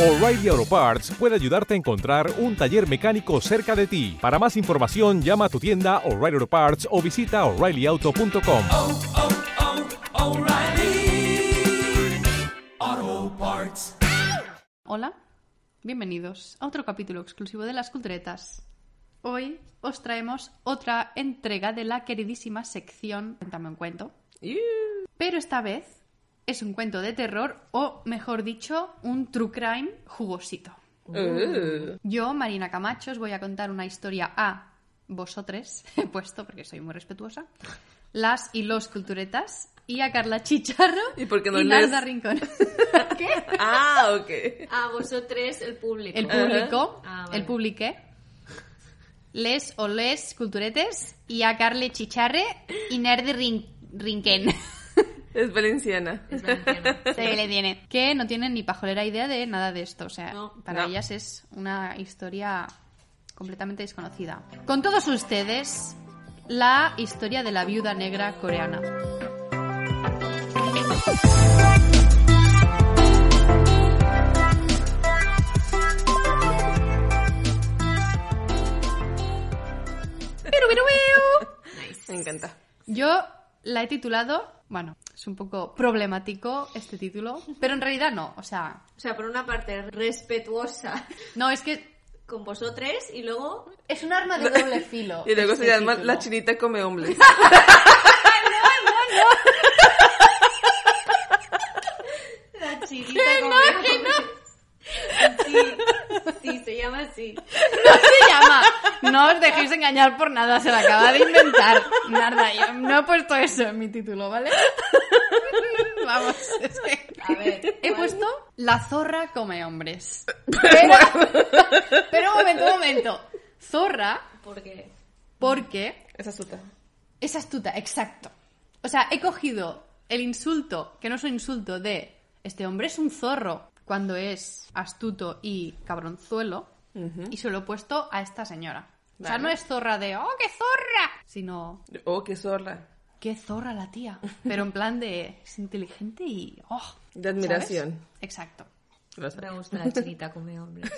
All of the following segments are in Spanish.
O'Reilly Auto Parts puede ayudarte a encontrar un taller mecánico cerca de ti. Para más información, llama a tu tienda O'Reilly Auto Parts o visita oreillyauto.com. oh, oh, O'Reilly Auto Parts. Hola, bienvenidos a otro capítulo exclusivo de Las Culturetas. Hoy os traemos otra entrega de la queridísima sección Cuéntame un cuento. Pero esta vez es un cuento de terror o, mejor dicho, un true crime jugosito. Yo, Marina Camacho, os voy a contar una historia a vosotros, he puesto porque soy muy respetuosa, las y los culturetas, y a Carla Chicharro ¿Y por qué no y lees? Narda Rincón. Ah, ok. A vosotros, el público. El público, Ah, vale. el publiqué. Les o les culturetes y a Carle Chicharre y Nerd Rin- Rinquén. Es valenciana. Es valenciana. Se le tiene. Que no tienen ni pajolera idea de nada de esto. O sea, No. para No. ellas es una historia completamente desconocida. Con todos ustedes, la historia de la viuda negra coreana. Pero, pero, pero. Me encanta. Yo la he titulado, bueno, es un poco problemático este título, pero en realidad no, o sea, O sea, por una parte, respetuosa no, es que con vosotros y luego. es un arma de doble filo. Y luego este se llama título. La chinita come hombres. La chiquita con Sí, sí, se llama así. No se llama. No os dejéis engañar por nada, se la acaba de inventar. Nada, yo no he puesto eso en mi título, ¿vale? Vamos, es que... A ver. He ¿cuál? puesto La zorra come hombres. Pero, pero un momento, un momento. Zorra, Porque. porque Es astuta. Es astuta, exacto. O sea, he cogido el insulto, que no es un insulto, de este hombre es un zorro cuando es astuto y cabronzuelo, y se lo he puesto a esta señora. O sea, Vale. no es zorra de ¡oh, qué zorra! Sino Oh, qué zorra. ¡qué zorra la tía! Pero en plan de es inteligente y ¡oh! De admiración. ¿sabes? Exacto. Lo sé. Me gusta la chiquita come hombres.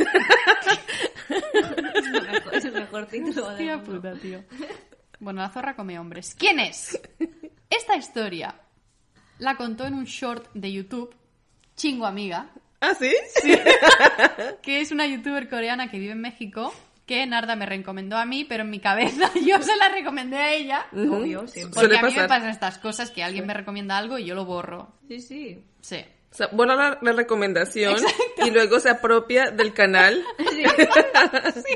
es, el mejor, es el mejor título del Tía mundo. puta, tío. Bueno, la zorra come hombres. ¿Quién es? Esta historia la contó en un short de YouTube, Chingo Amiga, ¿Ah, sí? que es una youtuber coreana que vive en México, que Narda me recomendó a mí, pero en mi cabeza yo se la recomendé a ella. Obvio, siempre. Porque Suele a mí me pasar. pasan estas cosas, que alguien me recomienda algo y yo lo borro. Sí, sí. Sí. O sea, borra la, la recomendación y luego se apropia del canal Sí.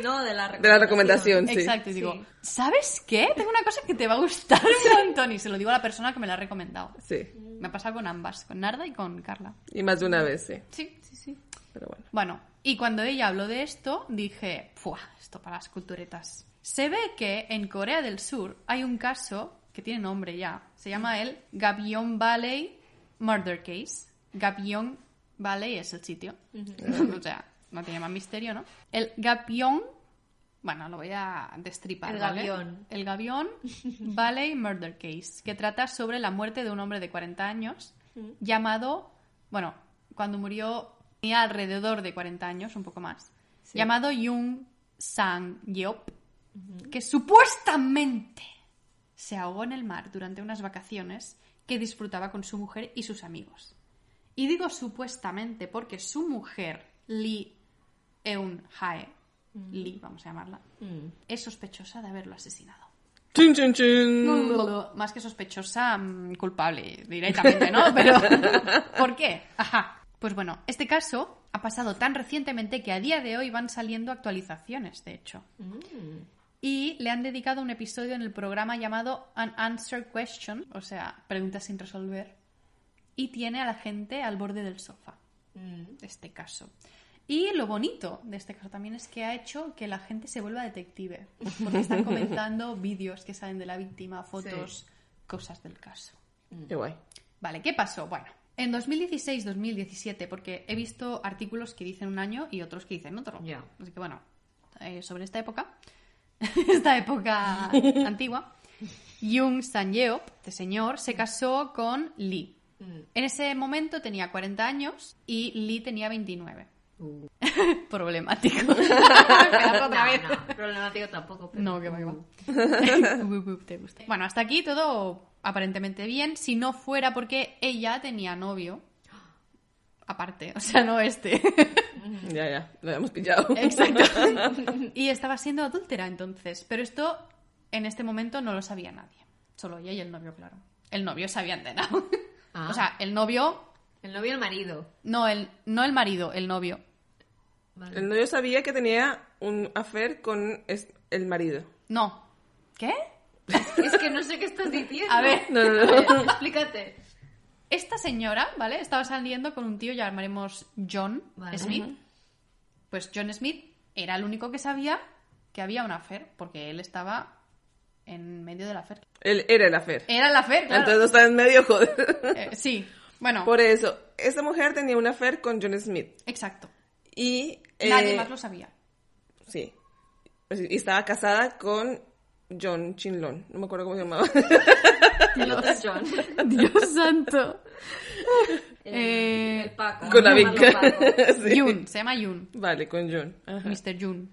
No, de la recomendación. de la recomendación, sí. Exacto, y digo, Sí. ¿sabes qué? Tengo una cosa que te va a gustar un montón y se lo digo a la persona que me la ha recomendado. Sí. Me ha pasado con ambas, con Narda y con Carla. Y más de una vez, sí. Sí, Sí, sí. Pero bueno. Bueno, y cuando ella habló de esto, dije, ¡fuah! Esto para las culturetas. Se ve que en Corea del Sur hay un caso que tiene nombre ya. Se llama el Gabion Valley Murder Case. Gabion Valley es el sitio. o sea, no tiene más misterio, ¿no? El Gabion. Bueno, lo voy a destripar. El ¿vale? Gabión. El Gavión Valley Murder Case, que trata sobre la muerte de un hombre de 40 años llamado, bueno, cuando murió tenía alrededor de 40 años, un poco más, llamado Jung Sang Yeop, que supuestamente se ahogó en el mar durante unas vacaciones que disfrutaba con su mujer y sus amigos. Y digo supuestamente porque su mujer, Lee Eun Hae, Lee, vamos a llamarla, Mm, es sospechosa de haberlo asesinado. Chun, chun, chun. Más que sospechosa, mm, culpable directamente, ¿no? Pero, ¿por qué? Ajá. Pues bueno, este caso ha pasado tan recientemente que a día de hoy van saliendo actualizaciones, de hecho. Y le han dedicado un episodio en el programa llamado An Answer Question, o sea, preguntas sin resolver. Y tiene a la gente al borde del sofá mm. este caso. Y lo bonito de este caso también es que ha hecho que la gente se vuelva detective, porque están comentando vídeos que salen de la víctima, fotos, cosas del caso. Qué guay. Vale, ¿qué pasó? Bueno, en 2016-2017, porque he visto artículos que dicen un año y otros que dicen otro. Ya. Así que bueno, eh, sobre esta época, esta época antigua, Jung Sang-yeop, este señor, se casó Mm. con Lee. En ese momento tenía 40 años y Lee tenía 29. Problemático. Empezar otra vez. No, no, problemático tampoco. Pero... Mm. No, que va, que va. Wup, wup, Mm. te gusta. Bueno, hasta aquí todo aparentemente bien, si no fuera porque ella tenía novio. Aparte, o sea, no este. Ya, ya, lo habíamos pillado. Exacto. Y estaba siendo adúltera entonces. Pero esto en este momento no lo sabía nadie. Solo ella y el novio, claro. El novio se había enterado. Ah. O sea, el novio. El novio y el marido. No el, no el marido, el novio. Vale. El novio sabía que tenía un affair con es- el marido. No. ¿Qué? Es que no sé qué estás diciendo. A ver. No, no, no. Explícate. Esta señora, ¿vale? Estaba saliendo con un tío, llamaremos John Vale. Smith. Pues John Smith era el único que sabía que había una fer, porque él estaba en medio de la fer. Él era el affair. Era la fer, claro. Entonces no está en medio, joder. Eh, sí, bueno, Por eso, esta mujer tenía un affair con John Smith. exacto. Y. Nadie eh, más lo sabía. Sí. pues, Y estaba casada con John Chinlon. No me acuerdo cómo se llamaba. El otro es John. Dios santo. El, Eh, el Paco. con la Vamos a vinca. llamarlo Paco. Sí. Jun, se llama Jun. Vale, con John. Ajá. Mr. Jun.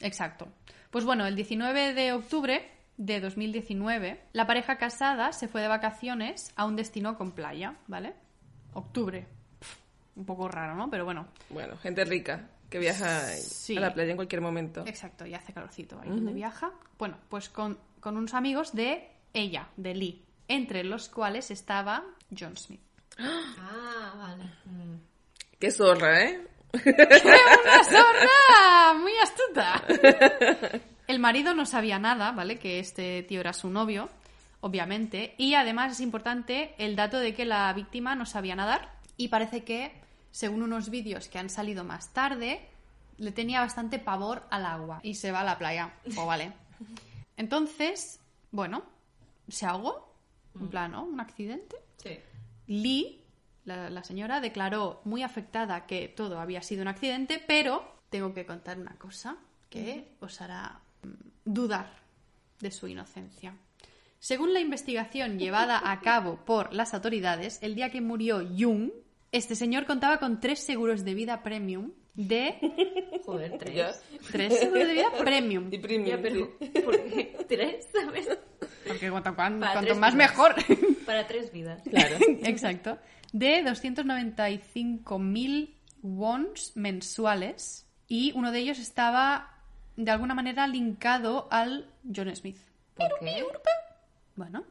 Exacto. Pues bueno, el 19 de octubre de 2019, la pareja casada se fue de vacaciones a un destino con playa, ¿vale? Octubre. Pf, Un poco raro, ¿no? Pero bueno, Bueno, gente rica que viaja Sí. Eh. a la playa en cualquier momento. exacto, y hace calorcito ahí donde viaja. Bueno, pues con, con unos amigos de ella, de Lee, entre los cuales estaba John Smith. Ah, vale. Mm. Qué zorra, ¿eh? ¡Una zorra! Muy astuta. El marido no sabía nada, ¿vale? Que este tío era su novio, obviamente. Y además es importante el dato de que la víctima no sabía nadar. Y parece que, según unos vídeos que han salido más tarde, le tenía bastante pavor al agua. Y se va a la playa. O vale. Entonces, bueno, se ahogó. En plan, ¿no? Un accidente. Sí. Lee, la, la señora, declaró muy afectada que todo había sido un accidente, pero tengo que contar una cosa que os hará mm, dudar de su inocencia. Según la investigación llevada a cabo por las autoridades, el día que murió Jung, este señor contaba con tres seguros de vida premium de... Joder, tres. Ya. Tres seguros de vida premium. Y premium, Ya, pero sí. ¿por qué tres? ¿Sabes? Porque cuanto, cuan- Para cuanto tres más vidas. mejor. Para tres vidas. Claro. Exacto. De 295.000 wons mensuales. Y uno de ellos estaba, de alguna manera, linkado al John Smith. ¿Por qué? Bueno,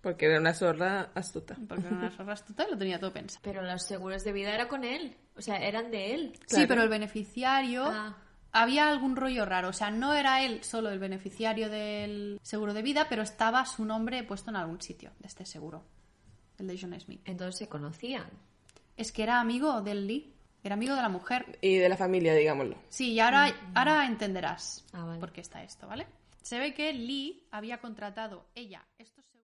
Porque era una zorra astuta. porque era una zorra astuta y lo tenía todo pensado. Pero los seguros de vida era con él. O sea, eran de él. Sí, Claro. pero el beneficiario... Ah. Había algún rollo raro, o sea, no era él solo el beneficiario del seguro de vida, pero estaba su nombre puesto en algún sitio de este seguro, el de John Smith. Entonces se conocían. Es que era amigo del Lee, era amigo de la mujer, Y de la familia, digámoslo. Sí, y ahora, ahora entenderás Mm. Ah, vale. por qué está esto, ¿vale? Se ve que Lee había contratado ella estos seguros.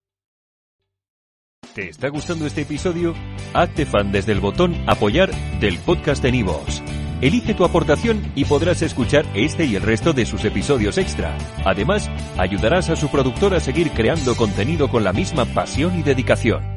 ¿Te está gustando este episodio? Hazte fan desde el botón Apoyar del podcast de Nivos. Elige tu aportación y podrás escuchar este y el resto de sus episodios extra. Además, ayudarás a su productor a seguir creando contenido con la misma pasión y dedicación.